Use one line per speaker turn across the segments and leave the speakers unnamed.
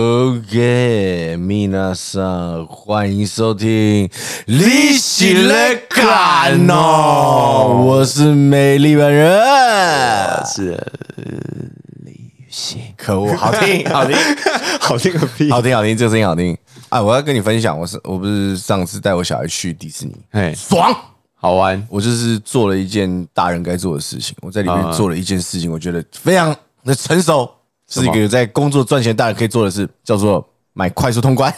OK，米娜桑，欢迎收听《利息勒卡诺》，我是美丽本人，
是
可恶，好听，好听，
好听个屁！
好听，好听，这个声音好听。啊，我要跟你分享，我是我不是上次带我小孩去迪士尼，
哎，
爽！
好玩，
我就是做了一件大人该做的事情，我在里面做了一件事情，我觉得非常的成熟，是一个在工作赚钱大人可以做的事，叫做买快速 通关。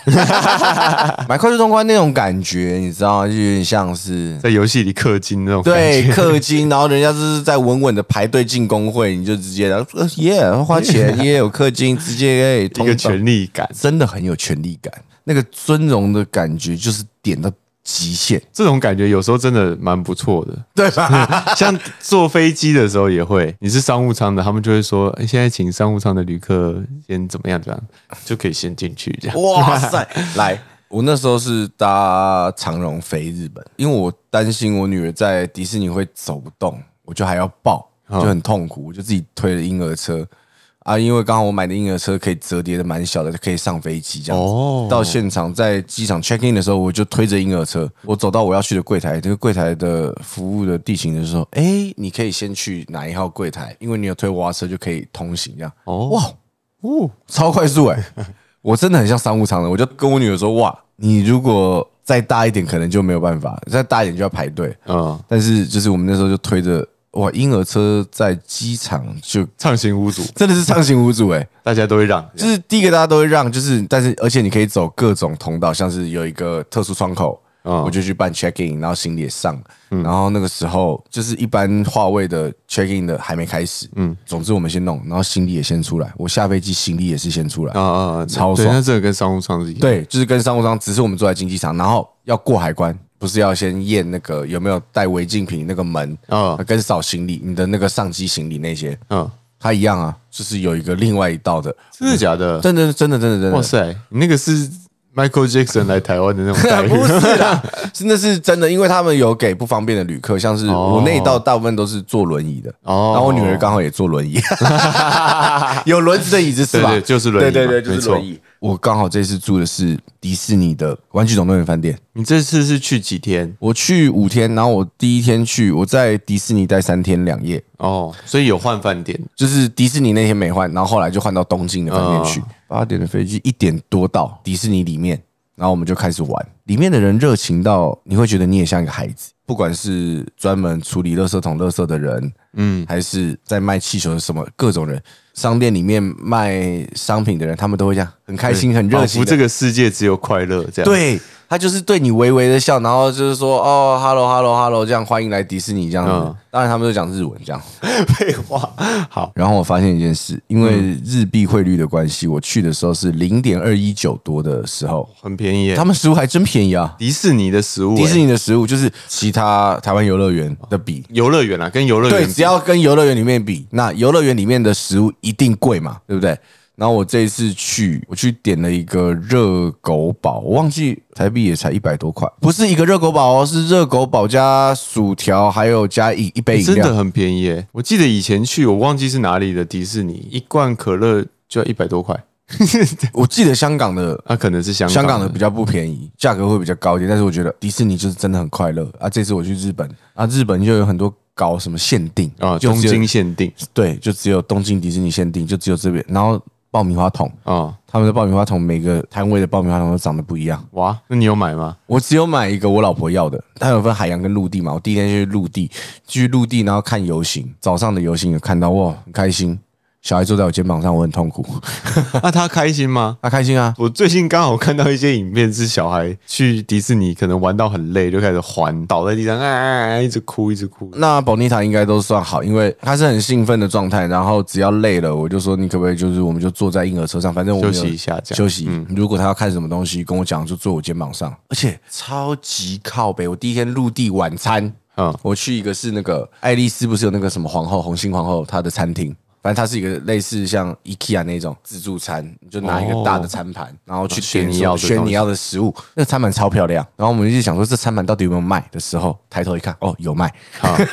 买快速通关那种感觉，你知道吗？就有点像是
在游戏里氪金那种感
对
觉，
氪金，然后人家就是在稳稳的排队进工会，你就直接然后呃耶、花 钱，也有氪金，直接哎、通
一个
道
权力感，
真的很有权力感，那个尊荣的感觉就是点到极限，
这种感觉有时候真的蛮不错的。
对吧？
像坐飞机的时候也会，你是商务舱的，他们就会说，哎，现在请商务舱的旅客先怎么样怎么样，就可以先进去这样。
哇 塞！来，我那时候是搭长荣飞日本，因为我担心我女儿在迪士尼会走不动，我就还要抱，就很痛苦，我就自己推了婴儿车。啊，因为刚好我买的婴儿车可以折叠的蛮小的，就可以上飞机这样子。
哦
到现场在机场 check in 的时候，我就推着婴儿车，我走到我要去的柜台，这个柜台的服务的地形的时候，哎、你可以先去哪一号柜台，因为你有推娃娃车就可以通行这样。
哦
哇，
哦，
超快速哎、我真的很像商务舱的，我就跟我女儿说，哇，你如果再大一点，可能就没有办法，再大一点就要排队。
嗯，
但是就是我们那时候就推着哇婴儿车在机场就
畅行无阻，
真的是畅行无阻哎、
大家都会让。
就是第一个大家都会让，就是但是而且你可以走各种通道，像是有一个特殊窗口，
嗯
我就去办 check in，然后行李也上，然后那个时候就是一般话位的 check in 的还没开始，嗯，总之我们先弄，然后行李也先出来，我下飞机行李也是先出来
啊，啊，啊
超
对，
爽
那这个跟商务舱是一样。，
对，就是跟商务舱，只是我们坐在经济舱，然后要过海关，不是要先验那个有没有带违禁品那个门，
嗯
跟扫行李，你的那个上机行李那些，
嗯，
它一样啊，就是有一个另外一道的，
真的假的？
真的真的真的真的
哇，塞，你那个是 Michael Jackson 来台湾的那种 待遇，
啊 不是啦，真的是真的，因为他们有给不方便的旅客，像是
哦
我那一道大部分都是坐轮椅的，
哦
然后我女儿刚好也坐轮椅， 有轮子的椅子是吧？
对对就是轮椅嘛
对对对，就
没
是
错
轮椅。我刚好这次住的是迪士尼的玩具总动员饭店。
你这次是去几天？
我去五天，然后我第一天去，我在迪士尼待三天两夜，
哦，所以有换饭店
就是迪士尼那天没换，然后后来就换到东京的饭店去。嗯八、点的飞机，一点多到迪士尼里面，然后我们就开始玩。里面的人热情到你会觉得你也像一个孩子，不管是专门处理垃圾桶、垃圾的人，嗯，还是在卖气球的什么各种人，商店里面卖商品的人，他们都会这样很开心、很 热情
仿佛
地。
这个世界只有快乐这样。，
对他就是对你微微的笑，然后就是说哦，hello hello hello，这样欢迎来迪士尼这样子。
嗯
当然他们都讲日文这样。
废话。好，
然后我发现一件事，因为
嗯
日币汇率的关系，我去的时候是零点二一九多的时候，
很便宜耶。
他们食物还真便宜啊。
迪士尼的食物耶，
迪士尼的食物就是其他台湾游乐园的比，
游乐园啊，跟游乐园
对，
比
只要跟游乐园里面比，那游乐园里面的食物一定贵嘛，对不对？然后我这一次去，我去点了一个热狗堡，我忘记台币也才一百多块，不是一个热狗堡哦，是热狗堡加薯条，还有加一一杯饮
真
料
的，很便宜耶。我记得以前去，我忘记是哪里的迪士尼，一罐可乐就要一百多块，
我记得香港的
啊，可能是香港
香港的比较不便宜，价格会比较高一点，但是我觉得迪士尼就是真的很快乐啊。这次我去日本啊，日本就有很多搞什么限定
啊，
就
东
只有
京限定
对，就只有东京迪士尼限定，就只有这边，然后爆米花桶。
啊，
他们的爆米花桶，每个摊位的爆米花桶都长得不一样。
哇，那你有买吗？
我只有买一个我老婆要的，它有分海洋跟陆地嘛。我第一天去陆地，去陆地，然后看游行，早上的游行有看到，哇，很开心。小孩坐在我肩膀上，我很痛苦，
那啊他开心吗？
他、开心啊，
我最近刚好看到一些影片，是小孩去迪士尼，可能玩到很累，就开始还倒在地上，啊啊啊，一直哭，一直哭。
那 Bonita 应该都算好，因为她是很兴奋的状态，然后只要累了，我就说你可不可以就是我们就坐在婴儿车上，反正我们有
休息一下这样嗯
休息。如果她要看什么东西，跟我讲就坐我肩膀上，而且超级靠北。我第一天陆地晚餐，
嗯，
我去一个是那个爱丽丝，不是有那个什么皇后红心皇后她的餐厅，反正它是一个类似像 IKEA 那种自助餐，你就拿一个
哦
大的餐盘，然后去
选
点
你
说
要的
选
东
你
西
要的食物。那个餐盘超漂亮，然后我们就想说这餐盘到底有没有卖的时候，抬头一看，哦，有卖。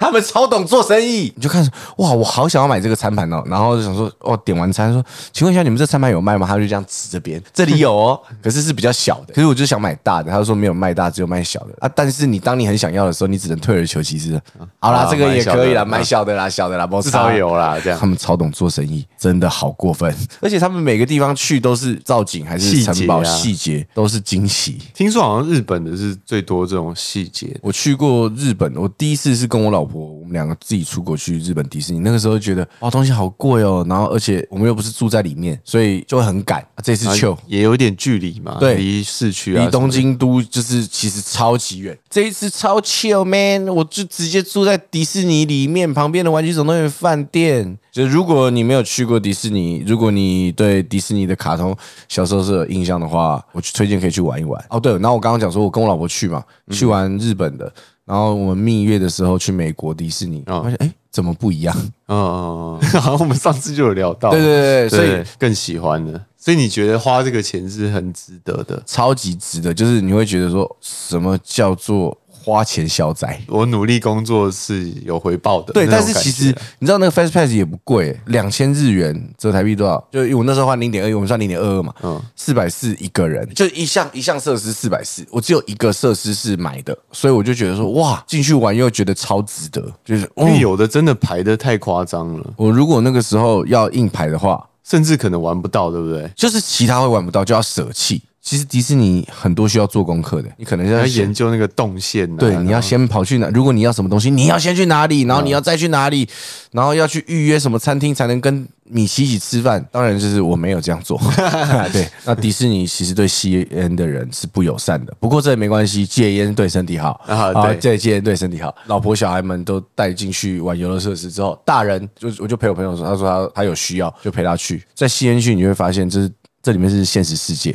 他们超懂做生意，你就看哇，我好想要买这个餐盘哦，然后就想说哦，点完餐说，请问一下你们这餐盘有卖吗？他就这样指这边，这里 有哦，可是是比较小的，可是我就想买大的，他就说没有卖大，只有卖小的啊。但是你当你很想要的时候，你只能退而求其次，好啦，
啊
这个也可以啦，买
买
小的啦，小的啦，
至少有啦，这样
他们超懂做生意，真的好过分。啊而且他们每个地方去都是造景还是
细节啊
城堡细节都是惊喜。
听说好像日本的是最多这种细节，
我去过日本，我第一次是跟我老婆，我们两个自己出国去日本迪士尼。那个时候觉得哇，东西好贵哦，然后而且我们又不是住在里面，所以就会很赶。啊、这次
然后
去
也有点距离嘛，
对
离市区啊，
离东京都就是其实超级远，这一次超 chill man，我就直接住在迪士尼里面旁边的玩具总动员饭店。就如果你没有去过迪士尼，如果你对迪士尼的卡通小时候是有印象的话，我去推荐可以去玩一玩。嗯哦，对，然后我刚刚讲说我跟我老婆去嘛，去玩日本的，然后我们蜜月的时候去美国迪士尼，发现哎怎么不一样？
嗯，嗯，嗯嗯 好像我们上次就有聊到，
对对对，所以
对更喜欢的。所以你觉得花这个钱是很值得的？
超级值得，就是你会觉得说什么叫做花钱消灾。
我努力工作是有回报的。
对，
那种
但是
感
其实
觉
你知道那个 Fast Pass 也不贵，两千日元折台币多少？就因为我那时候换零点二，我们算零点二二嘛，四百四一个人，嗯就一项一项设施四百四，我只有一个设施是买的，所以我就觉得说哇，进去玩又觉得超值得，就是
因
哦，
为有的真的排的太夸张了，
我如果那个时候要硬排的话，
甚至可能玩不到，对不对？
就是其他会玩不到，就要舍弃。其实迪士尼很多需要做功课的，你可能
你
要
要
先
研究那个动线啊，
对，
然后
你要先跑去哪？如果你要什么东西，你要先去哪里，然后你要再去哪里，然后要去预约什么餐厅才能跟米奇一起吃饭。当然，就是我没有这样 做。对，那迪士尼其实对吸烟的人是不友善的，不过这也没关系，戒烟对身体好
啊对
对，戒烟对身体好。老婆小孩们都带进去玩游乐设施之后，大人就我就陪我朋友说，他说他他有需要就陪他去，在吸烟区你就会发现这是。这里面是现实世 界，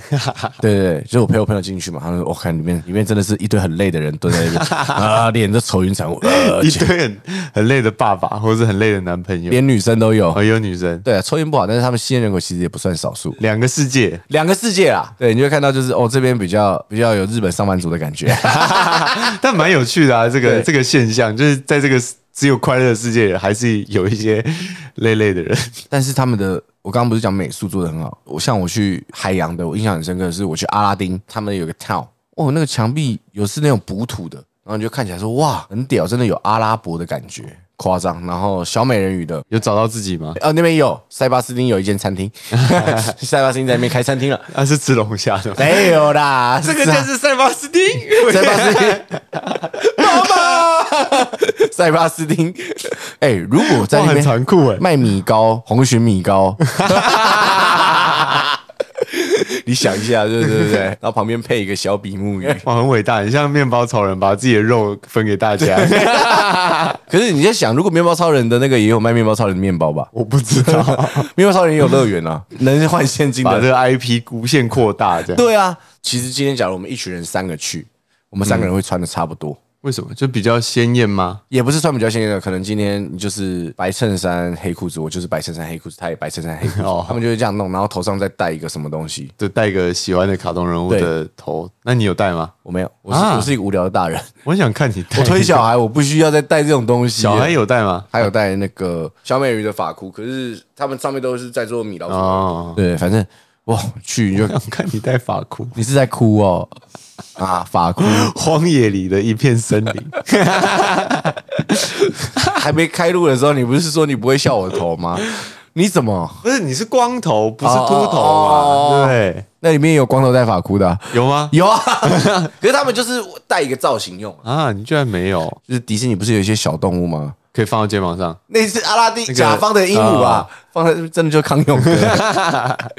对对对，就我陪我朋友进去嘛，他说我看里面里面真的是一堆很累的人蹲在那边 啊，脸都愁云惨雾，呃
一堆很很累的爸爸，或者是很累的男朋友，
连女生都有。
还有女生，
对啊，抽烟不好，但是他们吸烟人口其实也不算少数，
两个世界，
两个世界啦。对，你就会看到就是哦，这边比较比较有日本上班族的感觉，
但蛮有趣的啊。这
对
个这个现象，就是在这个只有快乐的世界，还是有一些累累的人。
但是他们的，我刚刚不是讲美术做的很好，我像我去海洋的，我印象很深刻的是我去阿拉丁，他们有个 town，哦，那个墙壁有是那种补土的，然后你就看起来说哇，很屌，真的有阿拉伯的感觉，夸张。然后小美人鱼的，
有找到自己吗？
哦，那边有塞巴斯汀有一间餐厅， 塞巴斯汀在那边开 餐厅了，
啊，是吃龙虾的吗。
没有啦，
这个
是啊
就是塞巴斯汀，
塞巴斯汀，妈妈，塞巴斯汀，哎、如果在
哇，
那
很
边
残酷哎。
卖米糕，红鲟米糕。 你想一下，对对对对，然后旁边配一个小比目鱼。
哇，很伟大，很像面包超人，把自己的肉分给大家。
可是你在想，如果面包超人的那个也有卖面包超人的面包 吧？
我不知道，
面包超人也有乐园啊，能换现金
把这
的。
个 IP 无限扩大这样。
对啊，其实今天假如我们一群人三个去，我们三个人会穿的差不多。
为什么？就比较鲜艳吗？
也不是穿比较鲜艳的，可能今天你就是白衬衫黑裤子，我就是白衬衫黑裤子，他也白衬衫黑裤 子，
哦
他们就会这样弄，然后头上再戴一个什么东西。
就戴个喜欢的卡通人物的头，那你有戴吗？
我没有，我是、
啊
我是一个无聊的大人，
我很想看你戴。
我推小孩，我不需要再戴这种东 西。
小孩有戴吗？
还有戴那个小美人鱼的发箍，可是他们上面都是在做米老鼠。
哦，
对，反正哇，去你就。
我想看你戴发箍
你是在哭哦 啊，发箍
荒野里的一片森林，
还没开录的时候，你不是说你不会笑我的头吗？你怎么
不是你是光头，不是
哦
秃头
哦哦哦
嘛？对，
那里面有光头戴发箍的啊、
有吗？
有啊， 可是他们就是戴一个造型用啊。
啊，你居然没有，
就是迪士尼不是有一些小动物吗？
可以放到肩膀 上，
那是阿拉丁
个
甲方的鹦鹉啊，放在真的就康永 哥。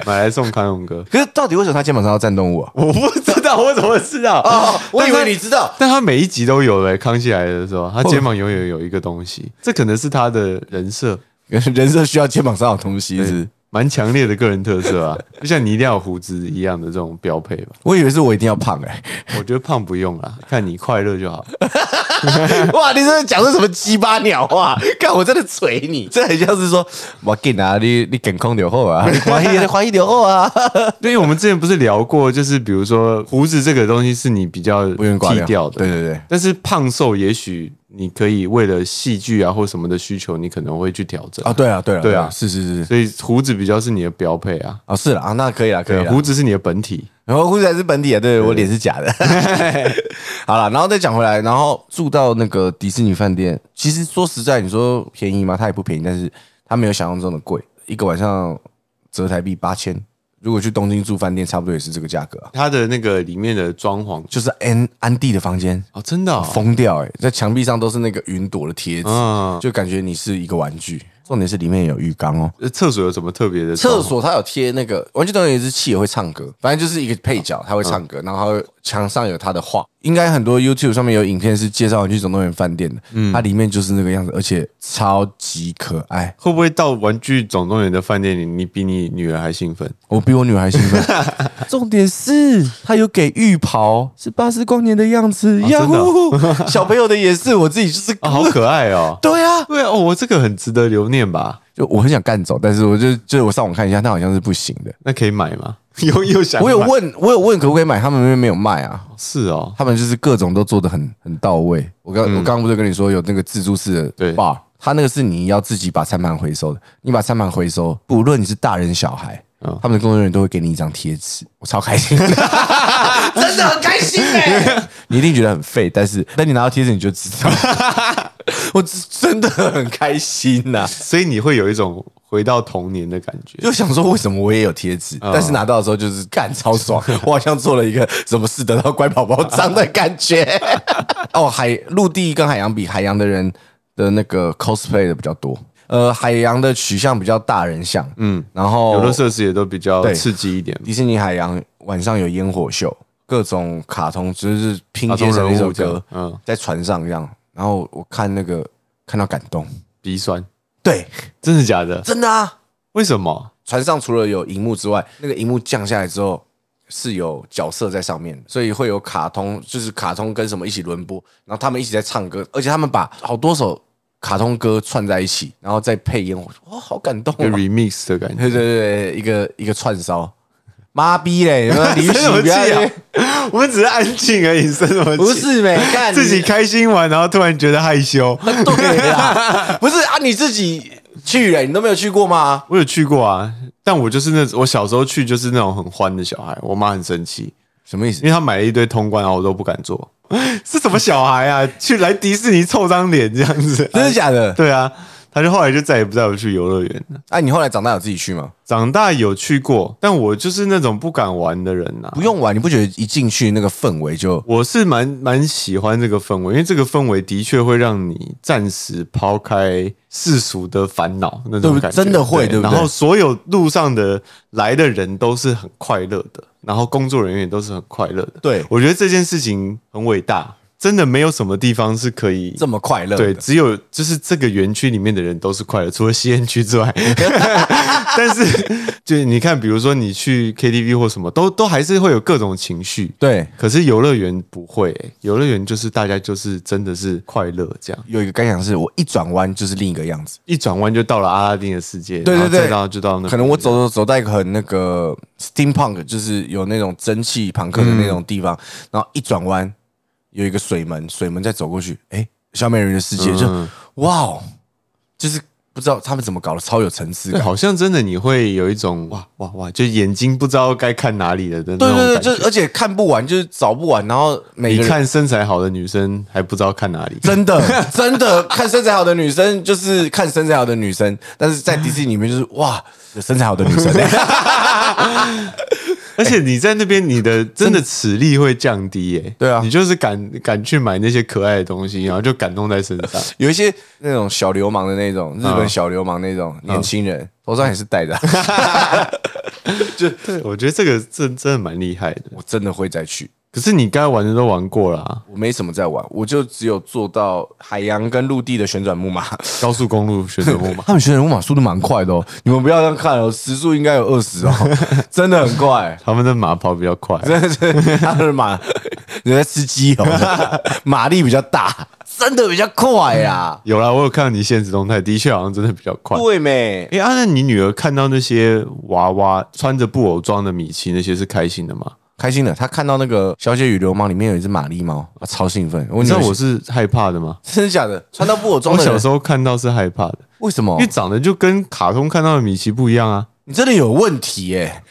买来送康永哥。
可是到底为什么他肩膀上要站动物啊？
我不知道，我怎么知道？
哦，我以
但
为
是
你知道，
但他每一集都有嘞、康熙来的时候，他肩膀哦永远有一个东西，这可能是他的人设。
人设需要肩膀上的东西是不是
蛮强烈的个人特色啊，就像你一定要有胡子一样的这种标配吧。
我以为是我一定要胖哎、
我觉得胖不用啦，看你快乐 就好。
哇，你这讲的什么鸡巴鸟 话？看我真的锤你，这很像是说我给啊，你你梗空流后啊，你 怀疑怀疑流后啊。
对，因为我们之前不是聊过，就是比如说胡子这个东西是你比较
不愿意挂
剃掉的，
对对对。
但是胖瘦也许你可以为了戏剧啊或什么的需求，你可能会去调整
啊，。对啊，对啊，
对啊
是是是是，
所以胡子比较是你的标配啊，
啊是了啊，那可以了，可以
对，
了。
胡子是你的本体。
然后护士还是本体啊，对我脸是假的。 好了，然后再讲回来，然后住到那个迪士尼饭店，其实说实在，你说便宜吗？它也不便宜，但是它没有想象中的贵，一个晚上折台币八千。如果去东京住饭店，差不多也是这个价格啊、
它的那个里面的装潢
就是安安迪的房间，
哦，真的、哦，
疯掉哎、在墙壁上都是那个云朵的贴纸，
嗯，
就感觉你是一个玩具。重点是里面有浴缸哦，
呃厕所有什么特别的装潢？
厕所它有贴那个《玩具总动员》一只气也会唱歌，反正就是一个配角，他会唱
嗯
歌，然后墙上有他的画。应该很多 YouTube 上面有影片是介绍《玩具总动员》饭店的，
嗯
它里面就是那个样子，而且超级可爱。
会不会到玩具总动员的饭店里，你比你女儿还兴 奋？
我比我女儿还兴 奋。重点是他有给浴袍，是巴斯光年的样子，呀
哦真的
呼，小朋友的也是，我自己就是
啊、好可爱哦！
对啊，
对啊，哦，我这个很值得留念吧？
就我很想干走，但是我就就我上网看一下，那好像是不行的。
那可以买吗？又又想
我有
买
问，我有问可不可以买，他们那边没有卖啊。
是哦，
他们就是各种都做的很很到位。我刚、我刚刚不是跟你说有那个自助式的
对
bar，它那个是你要自己把餐盘回收的，你把餐盘回收，不论你是大人小孩。
嗯
他们的工作人员都会给你一张贴纸，我超开 心，真的很开心哎、 你一定觉得很废，但是但你拿到贴纸你就知道， 我真的很开心啊呐、
所以你会有一种回到童年的感觉。
就想说为什么我也有贴纸，但
嗯
是拿到的时候就是干超爽，我好像做了一个什么事得到乖宝宝章的感觉。 哦，海陆地跟海洋比，海洋的人的那个 cosplay 的比较多，呃，海洋的取向比较大人向，嗯，然后
游乐设施也都比较
对
刺激一点，
迪士尼海洋晚上有烟火秀，各种卡通就是拼接成一
卡通
首
人物这样
歌，
嗯
在船上这样，然后我看那个看到感动，
鼻酸，
对，
真的假的？
真的啊，
为什么？
船上除了有荧幕之外，那个荧幕降下来之后是有角色在上面的，所以会有卡通，就是卡通跟什么一起轮播，然后他们一起在唱歌，而且他们把好多首卡通歌串在一起，然后再配烟火，哇，好感动、
一个
啊！
remix 的感觉，
对对对，一个一个串烧，妈逼 嘞！你们
生什么
不
气
要
啊？ 我们只是安静而已，生什么气？
不是没 看
自己开心玩，然后突然觉得害羞。
对啦， 不是啊，你自己去嘞，你都没有去过吗？
我有去过啊，但我就是那我小时候去就是那种很欢的小孩，我妈很生气，
什么意思
因？为她买了一堆通关，然后我都不敢做。 是什么小孩啊？去来迪士尼臭张脸这样 子？
真的假的？
对啊，他就后来就再也不带我去游乐园了。
哎、你后来长大有自己去吗？
长大有去过，但我就是那种不敢玩的人啊呐、
不用玩，你不觉得一进去那个氛围就
我是蛮蛮喜欢这个氛围，因为这个氛围的确会让你暂时抛开世俗的烦恼那种
对不
感觉，
真的会对不对
然后所有路上的来的人都是很快乐的，然后工作人员也都是很快乐的。
对
我觉得这件事情很伟大，真的没有什么地方是可以
这么快乐？
对，，只有就是这个园区里面的人都是快乐，除了吸烟区之外。 但是，就是你看，比如说你去 KTV 或什么，都都还是会有各种情绪。
对，
可是游乐园不会、游乐园就是大家就是真的是快乐这样，
有一个感想是，我一转弯就是另一个样子。
一转弯就到了阿拉丁的世界，
对
然后
对对
再到就到那，
可能我走走走到一个很那个 steampunk，就是有那种蒸汽朋克的那种地方，然后一转弯有一个水门，水门再走过去，哎，小美人鱼的世界就、哇哦，就是不知道他们怎么搞的，超有层次
对，
感。
好像真的你会有一种哇哇哇，就眼睛不知道该看哪里了的那
对
种感
对
觉。
对，就是而且看不完，就是找不完，然后每
你
个人 哎
看身材好的女生还不知道看哪里，
真的真的看身材好的女生就是看身材好的女生，但是在迪士尼里面就是哇，有身材好的女生。
而且你在那边，你的真的齿力会降低耶、
对啊
你就是敢敢去买那些可爱的东西，然后就感动在身 上。
有一些那种小流氓的那种日本小流氓那种年轻人，头上也是戴的 啊、
对，我觉得这个真真的蛮厉害的。
我真的会再去。
可是你该玩的都玩过了啊，
我没什么在玩，我就只有做到海洋跟陆地的旋转木马。
高速公路旋转木马
。他们旋转木马速度蛮快的哦，你们不要这样看哦，时速应该有二十哦， 真的很快。
他们的马跑比较快，
真的是他们的马， 人家吃鸡哦， 马力比较大，真的比较快呀、
有啦，我有看到你现实动态，的确好像真的比较快。
对没？
哎、啊，那你女儿看到那些娃娃穿着布偶装的米奇那些是开心的吗？
开心的，他看到那个《小姐与流氓》里面有一只玛丽猫，啊，超兴奋。我
你
女
知道
儿
我是害怕的吗？
真的假的？穿到布偶装
我
的人，
小时候看到是害怕的，
为什么
因为？长得就跟卡通看到的米奇不一样 啊。
你真的有问题耶、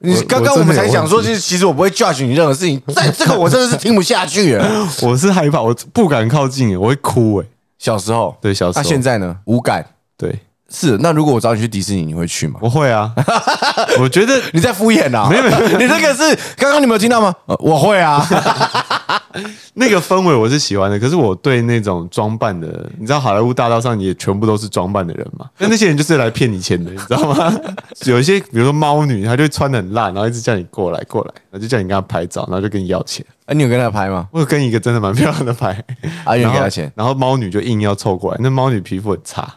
你
我
刚刚我们才讲说，就是其实我不会 judge 你任何事情， 但这个我真的是听不下去 了。
我是害怕，我不敢靠近，我会哭哎、
小时候，
对，小时
那、
候，
啊现在呢？无感。
对，
是，那如果我找你去迪士尼，你会 去吗？
我会 啊。我觉得
你在敷衍啊？没有， 你这个是刚刚你没有 听到吗？呃我会啊，
那个氛围我是喜欢的，可是我对那种装扮的，你知道好莱坞大道上也全部都是装扮的人 嘛？那那些人就是来骗你钱的，你知道吗？有一些比如说猫女，她就会穿的很烂，然后一直叫你过来过来，然后就叫你跟她拍照，然后就跟你要钱。
啊你有跟他拍吗？
我有跟一个真的蛮漂亮的拍，
啊，有
然
给
后
他钱，
然后猫女就硬要凑过来，那猫女皮肤很差，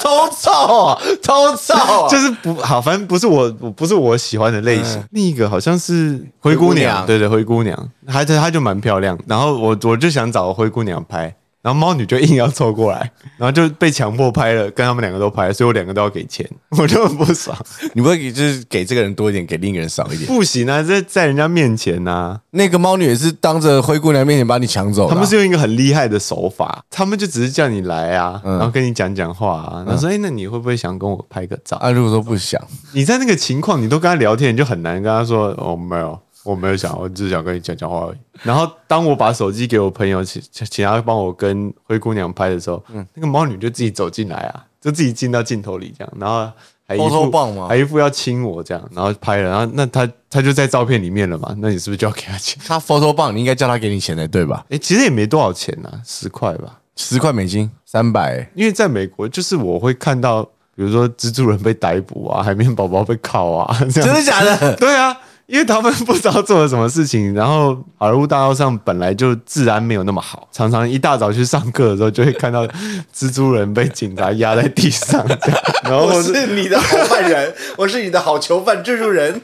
偷臭哦，偷臭哦，
就是不好，反正不是我，我不是我喜欢的类型。另一个好像是嗯灰
姑
姑
娘
娘，对对，灰姑娘，还她她就蛮漂亮。然后我我就想找灰姑娘拍，然后猫女就硬要凑过来，然后就被强迫拍了，跟他们两个都拍，所以我两个都要给钱， 我就很不爽。
你不会给就是给这个人多一点，给另一个人少 一点？
不行啊，在在人家面前呐、
那个猫女也是当着灰姑娘面前把你抢走了啊，
他们是用一个很厉害的手法，他们就只是叫你来啊，然后跟你讲讲话啊，然后说，哎、那你会不会想跟我拍个照？
啊，如果说不想，
你在那个情况，你都跟他聊天，你就很难跟他说哦，没有，我没有想，我只是想跟你讲讲话而已。然后当我把手机给我朋友，请请他帮我跟灰姑娘拍的时候，
嗯
那个猫女就自己走进来啊，就自己进到镜头里这样，然后还一副
偷偷棒吗
还一副要亲我这样，然后拍了，然后那他他就在照片里面了嘛，那你是不是就要给他钱？
他 photo 棒，你应该叫他给你钱才对吧？
哎、其实也没多少钱呐、十块吧，
十块美金，三百，
因为在美国就是我会看到，比如说蜘蛛人被逮捕啊，海绵宝宝被铐啊，这样
真的假 的？
对啊，因为他们不知道做了什么事情，然后好莱坞大道上本来就治安没有那么好，常常一大早去上课的时候就会看到蜘蛛人被警察压在地上，这样，然后或是
你的好犯人，我是你的好囚犯蜘蛛 人，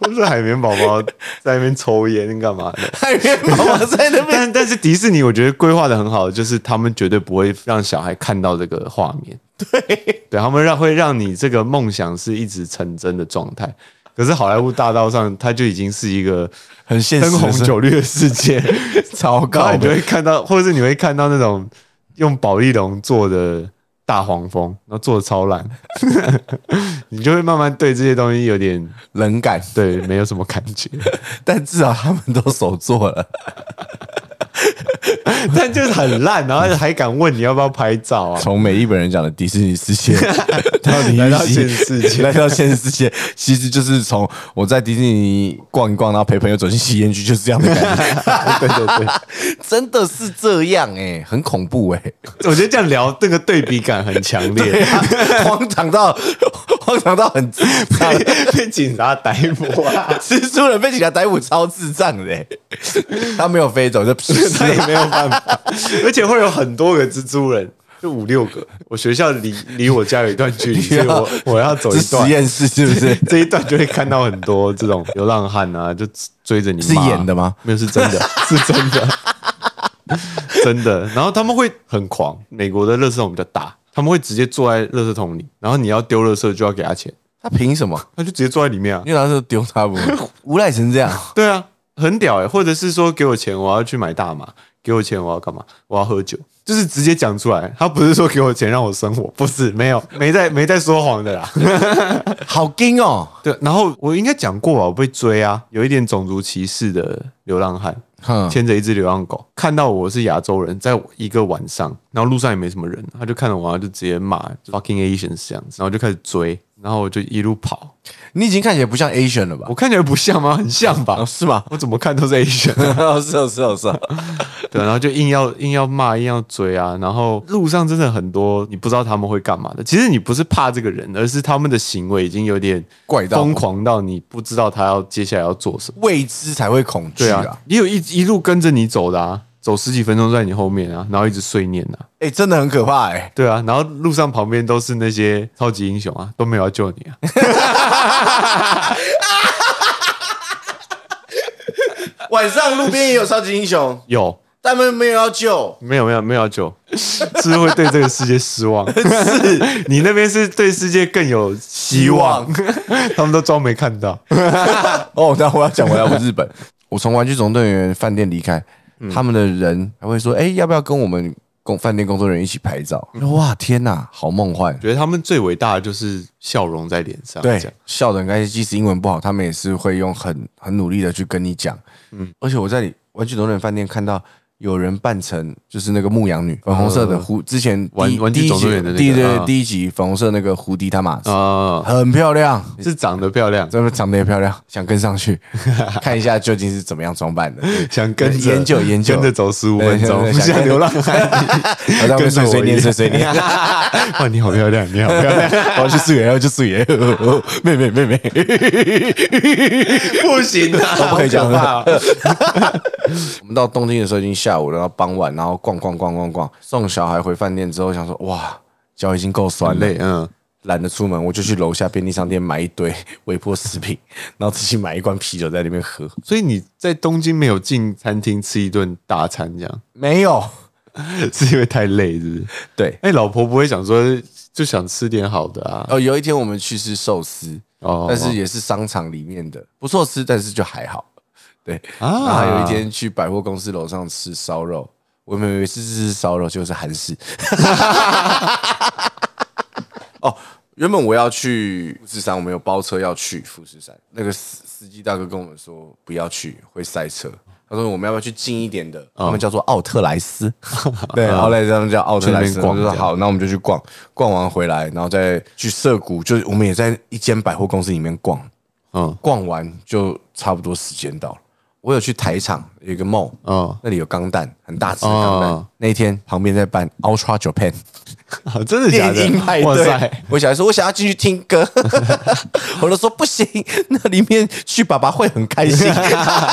或是海绵宝宝在那边抽烟干嘛的。
海绵宝宝在那边。
但但是迪士尼我觉得规划的很好，就是他们绝对不会让小孩看到这个画面，对，对他们让会让你这个梦想是一直成真的状态。可是好莱坞大道上，它就已经是一个
很现实
灯红酒绿的世界，
糟
然 后
糕
你就
的，
会看到，或者是你会看到那种用宝丽龙做的大黄蜂，然后做的超烂， 你就会慢慢对这些东西有点
冷感，
对没有什么感 觉，
但至少他们都手做了。
但就是很烂，然后还敢问你要不要拍照啊？
从美丽本人讲的迪士尼世 界到李
来
玉
到
玺
现实世界
来到现实世界，其实就是从我在迪士尼逛一逛，然后陪朋友走进吸烟区，就是这样的感觉。
对对对，
真的是这样哎、很恐怖哎、
我觉得这样聊那个对比感很强烈，
啊 荒唐到荒唐到很智障，
被被警察逮捕 啊，
蜘蛛人被警察逮捕超智障的、 欸，他没有飞走就
他也没有办法，而且会有很多个蜘蛛人。就五六个，我学校离离我家有一段距离， 所以我我要走
是
一
实
段。
验室是不是？
这一段就会看到很多这种流浪汉啊，就追着你
是
骂
演的吗？
没有，是 真的，是真的， 真的。然后他们会很狂，美国的垃圾桶比较大，他们会直接坐在垃圾桶里，然后你要丢垃圾就要给他钱，
他凭什么？
他就直接坐在里面啊。
因为他是丢他不 无赖成这样，
对啊，很屌哎、或者是说给我钱，我要去买大麻；给我钱，我要干嘛？我要喝酒。就是直接讲出来，他不是说给我钱让我生活，不是没有没在没在说谎的啦。
好惊哦！
对，然后我应该讲过吧，我被追啊，有一点种族歧视的流浪汉，
哼，
牵着一只流浪狗，看到我是亚洲人，在一个晚上，然后路上也没什么人，他就看着我，然后就直接骂 fucking Asians 这样子，然后就开始追，然后我就一路跑，
你已经看起来不像 Asian 了吧
我？看起来不像吗？很 像吧
哦，？是吗？
我怎么看都是 Asian，
是哦，是哦，是哦。
对，然后就硬要硬要骂，硬要追啊。然后路上真的很多你不知道他们会干嘛的。其实你不是怕这个人，而是他们的行为已经有点
怪到
疯狂到你不知道他要接下来要做什么。
未知才会恐惧
对
啊
啊！，你有一一路跟着你走的啊，走十几分钟在你后面啊，然后一直碎念啊，
哎、真的很可怕哎、
对啊，然后路上旁边都是那些超级英雄啊，都没有要救你啊。
晚上路边也有超级英雄，
有
他们没有要救，
没有没有没有要救， 是会对这个世界失望。 是你那边是对世界更有希望， 他们都装没看 到。
哦，那我要讲回来，我日本，我从玩具总动员饭店离开，他们的人还会说，哎、要不要跟我们工饭店工作人员一起拍照？哇，天哪，好梦幻！
觉得他们最伟大的就是笑容在脸上。
对
这样，
笑得很开心。即使英文不好，他们也是会用很很努力的去跟你讲。嗯，而且我在你玩具总动员饭店看到有人扮成就是那个牧羊女，粉红色的蝴，之前第
呃玩玩具
第一
总动员
集
的那个
第一
啊
第一集粉红色那个胡迪他妈
啊、
很漂亮，
是长得漂亮，
真的长得也漂亮，想跟上去 看一下究竟是怎么样装扮的。
想跟着
研究研究
跟着走十五
对
分钟，
对对想
像
跟
流浪汉。
我在后面碎碎念碎碎念，
哇，你好漂亮，你好漂亮！
我要去素颜，我要去素颜，妹妹妹妹，
不行啊，
我不可以讲
好怕哦
我们到东京的时候已经下午了，然后傍晚，然后逛逛逛逛逛，送小孩回饭店之后，想说哇，脚已经够酸
很
了，
累，嗯，
懒得出门，我就去楼下便利商店买一堆微波食品，然后自己买一罐啤酒在那边喝。
所以你在东京没有进餐厅吃一顿大餐，这样
没有，
是因为太累，是不是？
对，
哎，老婆不会想说就想吃点好的啊？
哦，有一天我们去吃寿司，
哦
但是也是商场里面的，不错吃，但是就还好。对，
啊
然后还有一天去百货公司楼上吃烧肉，我们以为是吃烧肉，就是韩式。 哦，原本我要去富士山，我们有包车要去富士山，那个司司机大哥跟我们说不要去，会塞车。他说我们要不要去近一点的？
哦
他们叫做奥特莱斯， 对，奥莱斯他们叫奥特莱斯。
去那边逛
我就
这
说
样
好，那我们就去逛，逛完回来，然后再去涩谷，就是我们也在一间百货公司里面逛，
嗯
逛完就差不多时间到了。我有去台场有一个 mall，
嗯，
那里有钢弹，很大只的钢弹。
哦
那一天旁边在办 Ultra Japan
啊真的假
电音派
的？哇塞！
对，我小孩说我想要进去听 歌，我都说不行，那里面去爸爸会很开心，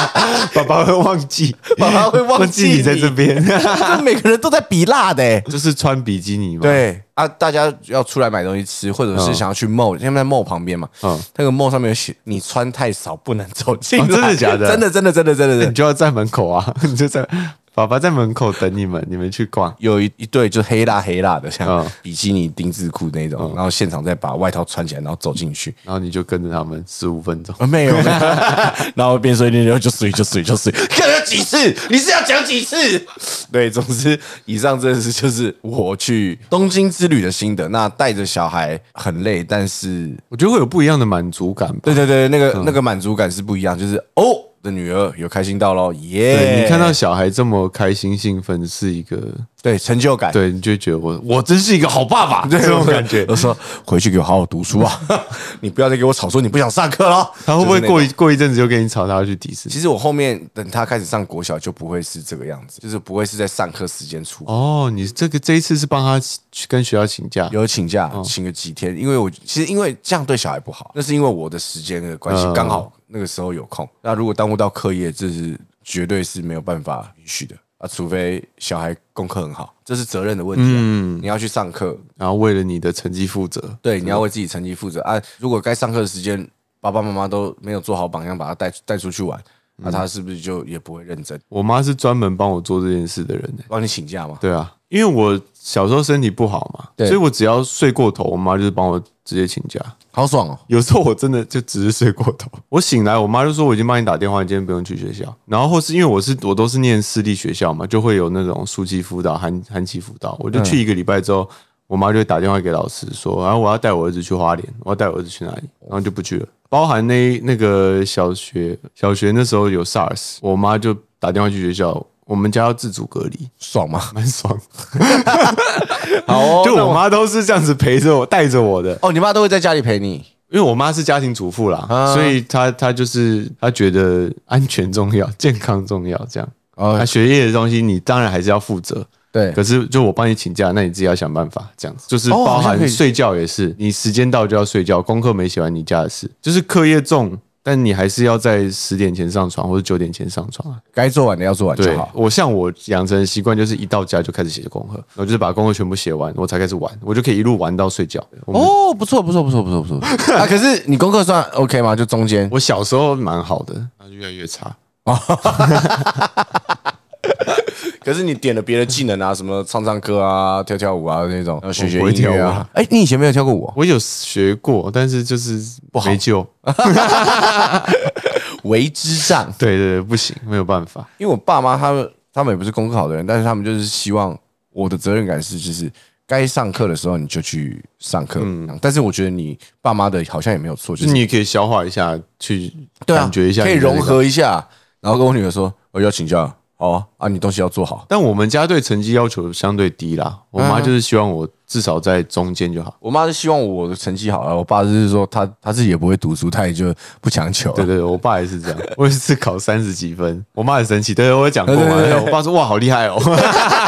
爸爸会忘记，
爸爸会忘
忘
记
记你在这边，
就每个人都在比辣的、欸。
就是穿比基尼嘛。，
对啊，大家要出来买东西吃，或者是想要去 mall，现在在 mall 旁边嘛，
嗯
那个 mall 上面有写你穿太少不能走进来，
哦真的假的
真的真的真的真的真
你
的。
就要在门口啊， 你就在爸爸在门口等你们，你们去逛。
有一一对就黑辣黑辣的，像
嗯
比基尼丁字裤那种，然后现场再把外套穿起来，然后走进去。
然后你就跟着他们十五分钟，
啊，没有， 然后边说一边就就睡就睡就睡， 看了几次？你是要讲几次？对，总之以上这是就是我去东京之旅的心得。那带着小孩很累，但是
我觉得会有不一样的满足感吧。
对对对，那个、那个满足感是不一样，就是哦，我的女儿有开心到咯，耶、
对你看到小孩这么开心兴奋，是一个
对成就感，
对，你就觉得我我真是一个好爸 爸这种感觉
我。说回去给我好好读书 啊，你不要再给我吵说你不想上课了。
他会不会
就是那种
过一过一阵子就跟你吵，他要去迪士尼？
其实我后面等他开始上国小就不会是这个样子，就是不会是在上课时间出
哦，你这个这一次是帮他去跟学校请假，
有请假，
哦
请个几天，因为我其实因为这样对小孩不好，那是因为我的时间的关系，
嗯
刚好那个时候有空。那如果耽误到课业，这是绝对是没有办法允许的啊，除非小孩功课很好，这是责任的问题、啊。嗯，你要去上课，
然后为了你的成绩负责。
对，你要为自己成绩负责啊。如果该上课的时间，爸爸妈妈都没有做好榜样，把他带带出去玩，那、他是不是就也不会认真？
我妈是专门帮我做这件事的人、欸，
帮你请假吗？
对啊，因为我小时候身体不好嘛，
对
所以我只要睡过头，我妈就是帮我直接请假。
好爽哦！
有时候我真的就只是睡过头，我醒来，我妈就说我已经帮你打电话，你今天不用去学校。然后或是因为我是我都是念私立学校嘛，就会有那种暑期辅导、寒寒期辅导，我就去一个礼拜之后。我妈就会打电话给老师说，然后我要带我儿子去花莲，我要带我儿子去哪里，然后就不去了。包含那那个小学，小学那时候有 SARS，我妈就打电话去学校，我们家要自主隔离，
爽吗？
蛮爽。好、 哦，就我妈都是这样子陪着我、带着我的，
哦，你妈都会在家里陪你，
因为我妈是家庭主妇啦，
啊
所以她她就是她觉得安全重要，健康重要，这样。
哦
啊，学业的东西你当然还是要负责。
对
可是就我帮你请假，那你自己要想办法，这样子就是
哦
包
好像可
含
以
睡觉也是，你时间到就要睡觉，功课没写完你家的事，就是课业重，但你还是要在十点前上床或者九点前上床啊。
该做完的要做完就
对
好，。
我像我养成的习惯就是一到家就开始写功课，我就是把功课全部写完，我才开始玩，我就可以一路玩到睡觉。我们
哦，不错，不错，不错，不错，不 错。啊，可是你功课算 OK 吗？就中间，
我小时候蛮好的，那就越来越差。
可是你点了别的技能啊，什么唱唱歌啊、跳跳舞啊那种，学学
我不会
音
跳
乐
舞
啊。哎，你以前没有跳过舞哦？
我有学过，但是就是不好，没救。
为之障，
对对对，不行，没有办法。
因为我爸妈他们他们也不是功课好的人，但是他们就是希望我的责任感是就是。该上课的时候你就去上课，但是我觉得你爸妈的好像也没有错，嗯就
就是是你也可以消化一下，去
对啊，
感觉一下，
可以融。合一下。然后跟我女儿说，我要请假，好啊，啊，你东西要做好。
但我们家对成绩要求相对低啦，我
嗯
妈就是希望我至少在中间就好。
我妈是希望我的成绩好了，啊我爸就是说他他自己也不会读书，他也就不强求啊
对
了。
对对，我爸也是这样，我也是考三十几分，我妈很生气。对对，我有讲过嘛，我爸说哇好厉害哦，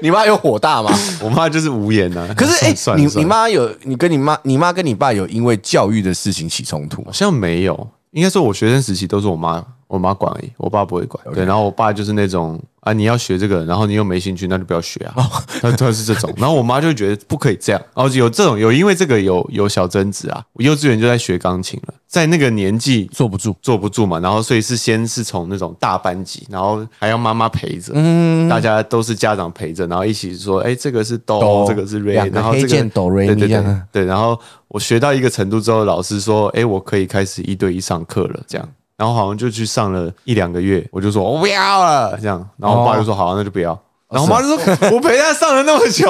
你妈有火大吗？
我妈就是无言呐、
可是 哎、
算
你
了
你
算了，
妈有你跟你妈你妈跟你爸有因为教育的事情起冲突吗
好？像没有，应该说我学生时期都是我妈我妈管而已，我爸不会管。对，然后我爸就是那种啊，你要学这个，然后你又没兴趣，那就不要学啊。他他是这种，然后我妈就觉得不可以这样，然后有这种有因为这个有有小争执啊。我幼稚园就在学钢琴了，在那个年纪
坐不住，
坐不住嘛，然后所以是先是从那种大班级，然后还要妈妈陪
嗯
着，大家都是家长陪着，然后一起说，哎，这个是哆
哆，
这个是瑞
两，个
然后这
黑键哆瑞
对对
咪这样
对
啊
对，然后我学到一个程度之后，老师说，哎，我可以开始一对一上课了，这样。然后好像就去上了一两个月，我就说我不要了，这样。然后我爸
哦
就说好，那就不要。然后我妈就说，我陪他上了那么久，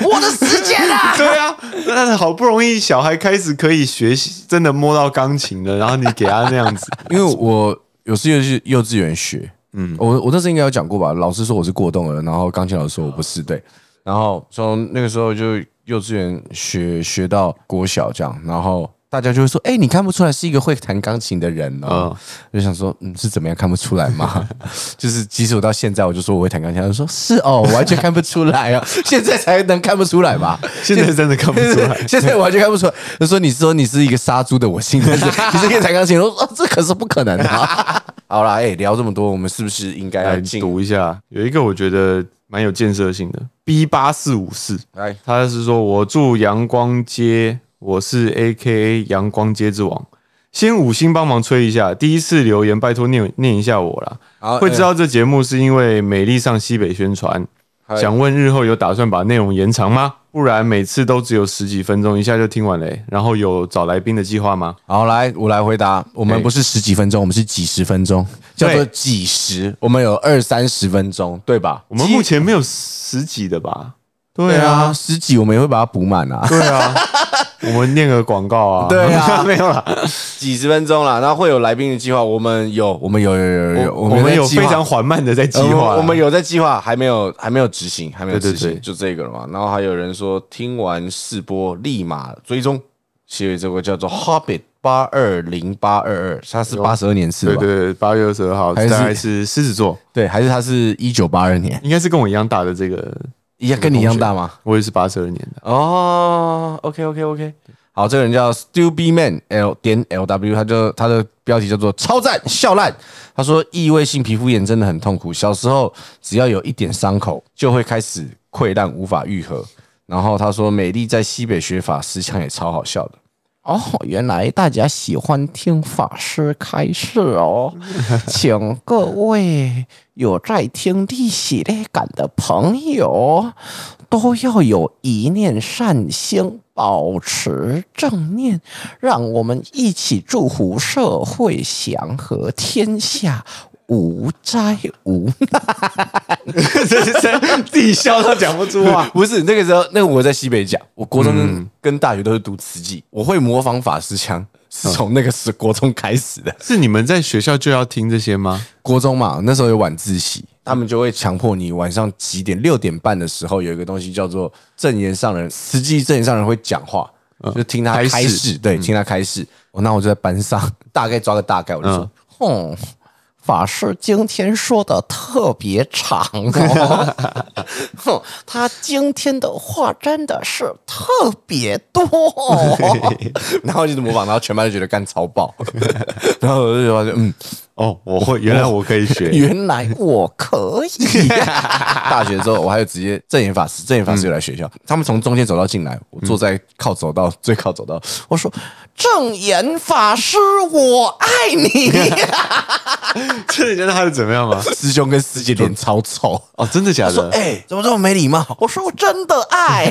我的时间 啊！
对啊，那好不容易小孩开始可以学习，真的摸到钢琴了，然后你给他那样 子，
因为我有时幼稚幼稚园学，嗯，我我那时候应该有讲过吧？老师说我是过动儿，然后钢琴老师说我不是，对。然后从那个时候就幼稚园学学到国小这样，然后大家就会说：“哎、你看不出来是一个会弹钢琴的人哦。我就想说，嗯，是怎么样看不出来吗？ 就是即使我到现在，我就说我会弹钢琴，他就说是哦，我完全看不出来哦， 现在才能看不出来吧？
现在真的看不出来。
现在我完全看不出来。他说：“你说你是一个杀猪的，我 信，但是你是可以弹钢琴。”我说：“哦，这可是不可能的、啊。” 好啦，哎、聊这么多，我们是不是应该要
来
进？
读一下，有一个我觉得蛮有建设性的 B 八四五四，
来，
他是说我住阳光街，我是 A K A 阳光街之王。先五星帮忙吹一下，第一次留言拜托念念一下我啦。
好
会知道这节目是因为美丽上西北宣传，
嗨
想问日后有打算把内容延长吗？不然每次都只有十几分钟，一下就听完嘞、然后有找来宾的计划吗？
好来，我来回答。我们
哎
不是十几分钟，我们是几十分钟，叫做
对
几十。我们有二三十分钟，对吧？
我们目前没有十几的吧？对
对
啊
啊，，十几我们也会把它补满啊。
对啊， 我们念个广告啊。
对啊
没有啦，
几十分钟啦，然后会有来宾的计划。我们有，我们有，有有啊有有，
我们
在
有
计划
非常缓慢的在计划啊。
呃我们有在计划，还没有还没有执行，还没有
对对
执行，
对
就这个了嘛。然后还有人说，听完试播立马追踪，写这个 叫做 Hobbit 八二零八二二，他是八十二年次
对
吧？
对对，八月二十二号，
还是
大概是狮子座，
对还是他是一九八 二年，
应该是跟我一样大的这个，
一样跟你一样大吗？
我也是八十二年的。
哦，OK OK OK，好，这个人叫 Stupid Man L 点 LW，他就他的标题叫做“超赞笑烂”。他说异位性皮肤炎真的很痛苦，小时候只要有一点伤口就会开始溃烂，无法愈合。然后他说美丽在西北学法师腔也超好笑的。哦，原来大家喜欢听法师开示哦， 请各位有在听历史类感的朋友，都要有一念善心，保持正念，让我们一起祝福社会祥和，天下无灾无
这这 自己笑到讲不出 话。
不是那个时候，那个我在西北讲，我国中跟跟大学都是读慈济，我会模仿法师腔，是从那个时国中开始的。
是你们在学校就要听这些吗？
国中嘛，那时候有晚自习，他们就会强迫你晚上几点六点半的时候有一个东西叫做证言上人，实际证言上人会讲话，就听他
开
嗯开嗯
示
始，对，听他开始。哦，那我就在班上大概抓个大概，我就说，哼、法师今天说的特别长 哦，哼，他今天的话真的是特别多、 哦，然后就是模仿，然后全班就觉得干超 爆，然后我就觉得嗯，
哦，我会，原来我可以 学。
原来我可以、 大学之后，我还有直接正言法师，正言法师有来学校， 他们从中间走道进来，我坐在靠走道、最靠走道，我说正言法师，我爱你。
这你觉得他是怎么样吗？
师兄跟师姐脸超臭，
哦，真的假
他说
的：“？
哎、怎么这么没礼貌？”我说：“我真的爱，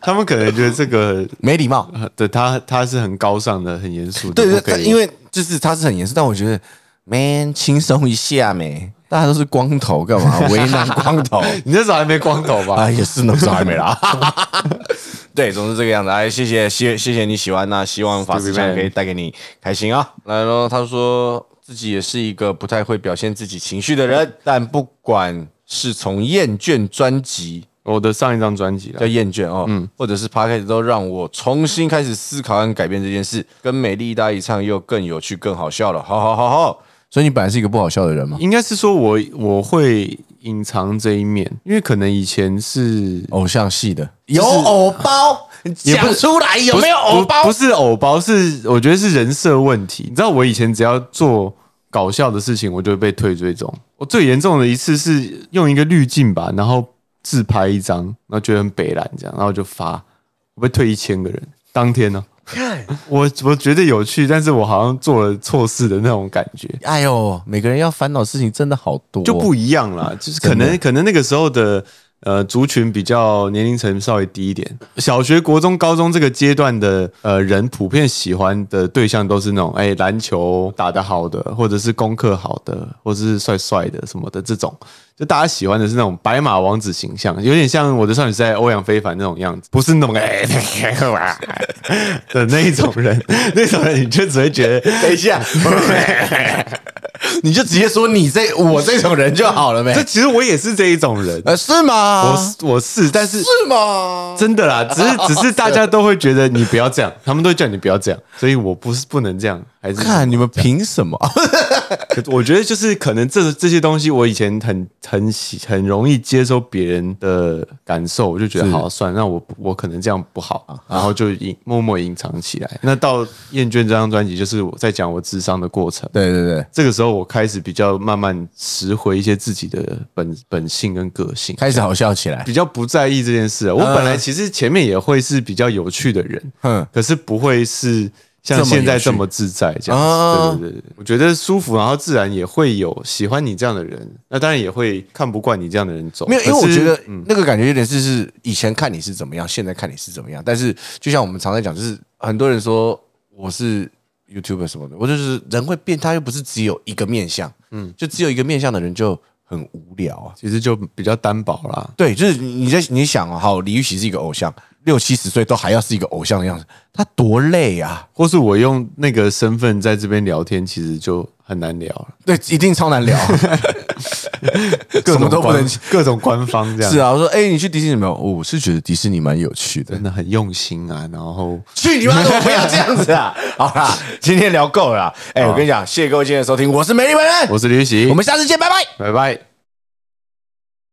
他们可能觉得这个，
没礼貌。
呃对他他是很高尚的，很严肃的。
对”对
不可
对，
以
因为就是他是很严肃，但我觉得 man 轻松一下没，大家都是光头，干嘛为难光头？
你那时候还没光头吧？
啊，也是那时候还没啦。 对，总是这个样子。哎，谢谢，谢谢谢你喜欢那、啊希望法师酱可以带给你开心啊。然后他说自己也是一个不太会表现自己情绪的人，但不管是从厌倦专辑
我的上一张专辑
叫
了，
厌倦哦，或者是 p o d c a s t 都让我重新开始思考和改变这件事，跟美丽大一唱又更有趣、更好笑了。好好好好。所以你本来是一个不好笑的人吗？
应该是说我我会隐藏这一面，因为可能以前是
偶像系的有偶包，讲出来有没有偶包
不？是偶包，是我觉得是人设问题。你知道，我以前只要做搞笑的事情，我就会被退追踪。我最严重的一次是用一个滤镜吧，然后自拍一张，然后觉得很北蓝这样，然后就发，我被退一千个人，当天呢、我我觉得有趣，但是我好像做了错事的那种感觉，
哎呦，每个人要烦恼的事情真的好多，
就不一样
啊
啦。就是可能可能那个时候的呃族群比较年龄层稍微低一点，小学、国中、高中这个阶段的呃人普遍喜欢的对象都是那种哎篮球打得好的，或者是功课好的，或者是帅帅的什么的这种。就大家喜欢的是那种白马王子形象，有点像我的少女时代欧阳非凡那种样子，不是那种哎 的那一种人， 那种人你就只会觉得
等一下，你就直接说你这我这种人就好了呗
这？其实我也是这一种人，
呃，是吗？
我是我是，但是
是吗？
真的啦，只是只是大家都会觉得你不要这样， 他们都会叫你不要这样，所以我不是不能这样，还是
看你们凭什么？
可我觉得就是可能这这些东西，我以前很很喜很容易接收别人的感受，我就觉得好算了，那我我可能这样不好，啊然后就隐默默隐藏起来。那到厌倦这张专辑，就是我在讲我智商的过程。
对对对，
这个时候，我开始比较慢慢拾回一些自己的本本性跟个性，
开始好笑起来。
比较不在意这件事。我本来其实前面也会是比较有趣的人，
嗯
可是不会是像现在这么自在这样
啊
子。对对对对，我觉得舒服，然后自然也会有喜欢你这样的人，那当然也会看不惯你这样的人走。
没有，因为我
可是
觉得那个感觉有点是嗯是以前看你是怎么样，现在看你是怎么样。但是就像我们常在讲，就是很多人说我是 YouTuber 什么的，我就是人会变，他又不是只有一个面相，嗯，就只有一个面相的人就很无聊啊。
其实就比较单薄啦。
对，就是你在你想哦，好，李玉玺是一个偶像，六七十岁都还要是一个偶像的样子，他多累啊！
或是我用那个身份在这边聊天，其实就很难聊了，
对，一定超 难聊，什么都不能
各种。 官各种官方这 样，
是啊，我说，哎、你去迪士尼没有？哦我是觉得迪士尼蛮有趣的
真。的很用心啊。然后
去你妈的！我不要这样子啊！ 好啦，今天聊够了啦。哎、我跟你讲，谢谢各位今天的收听，我是美丽本人，
我是李玉玺，
我们下次见，拜拜。
拜拜。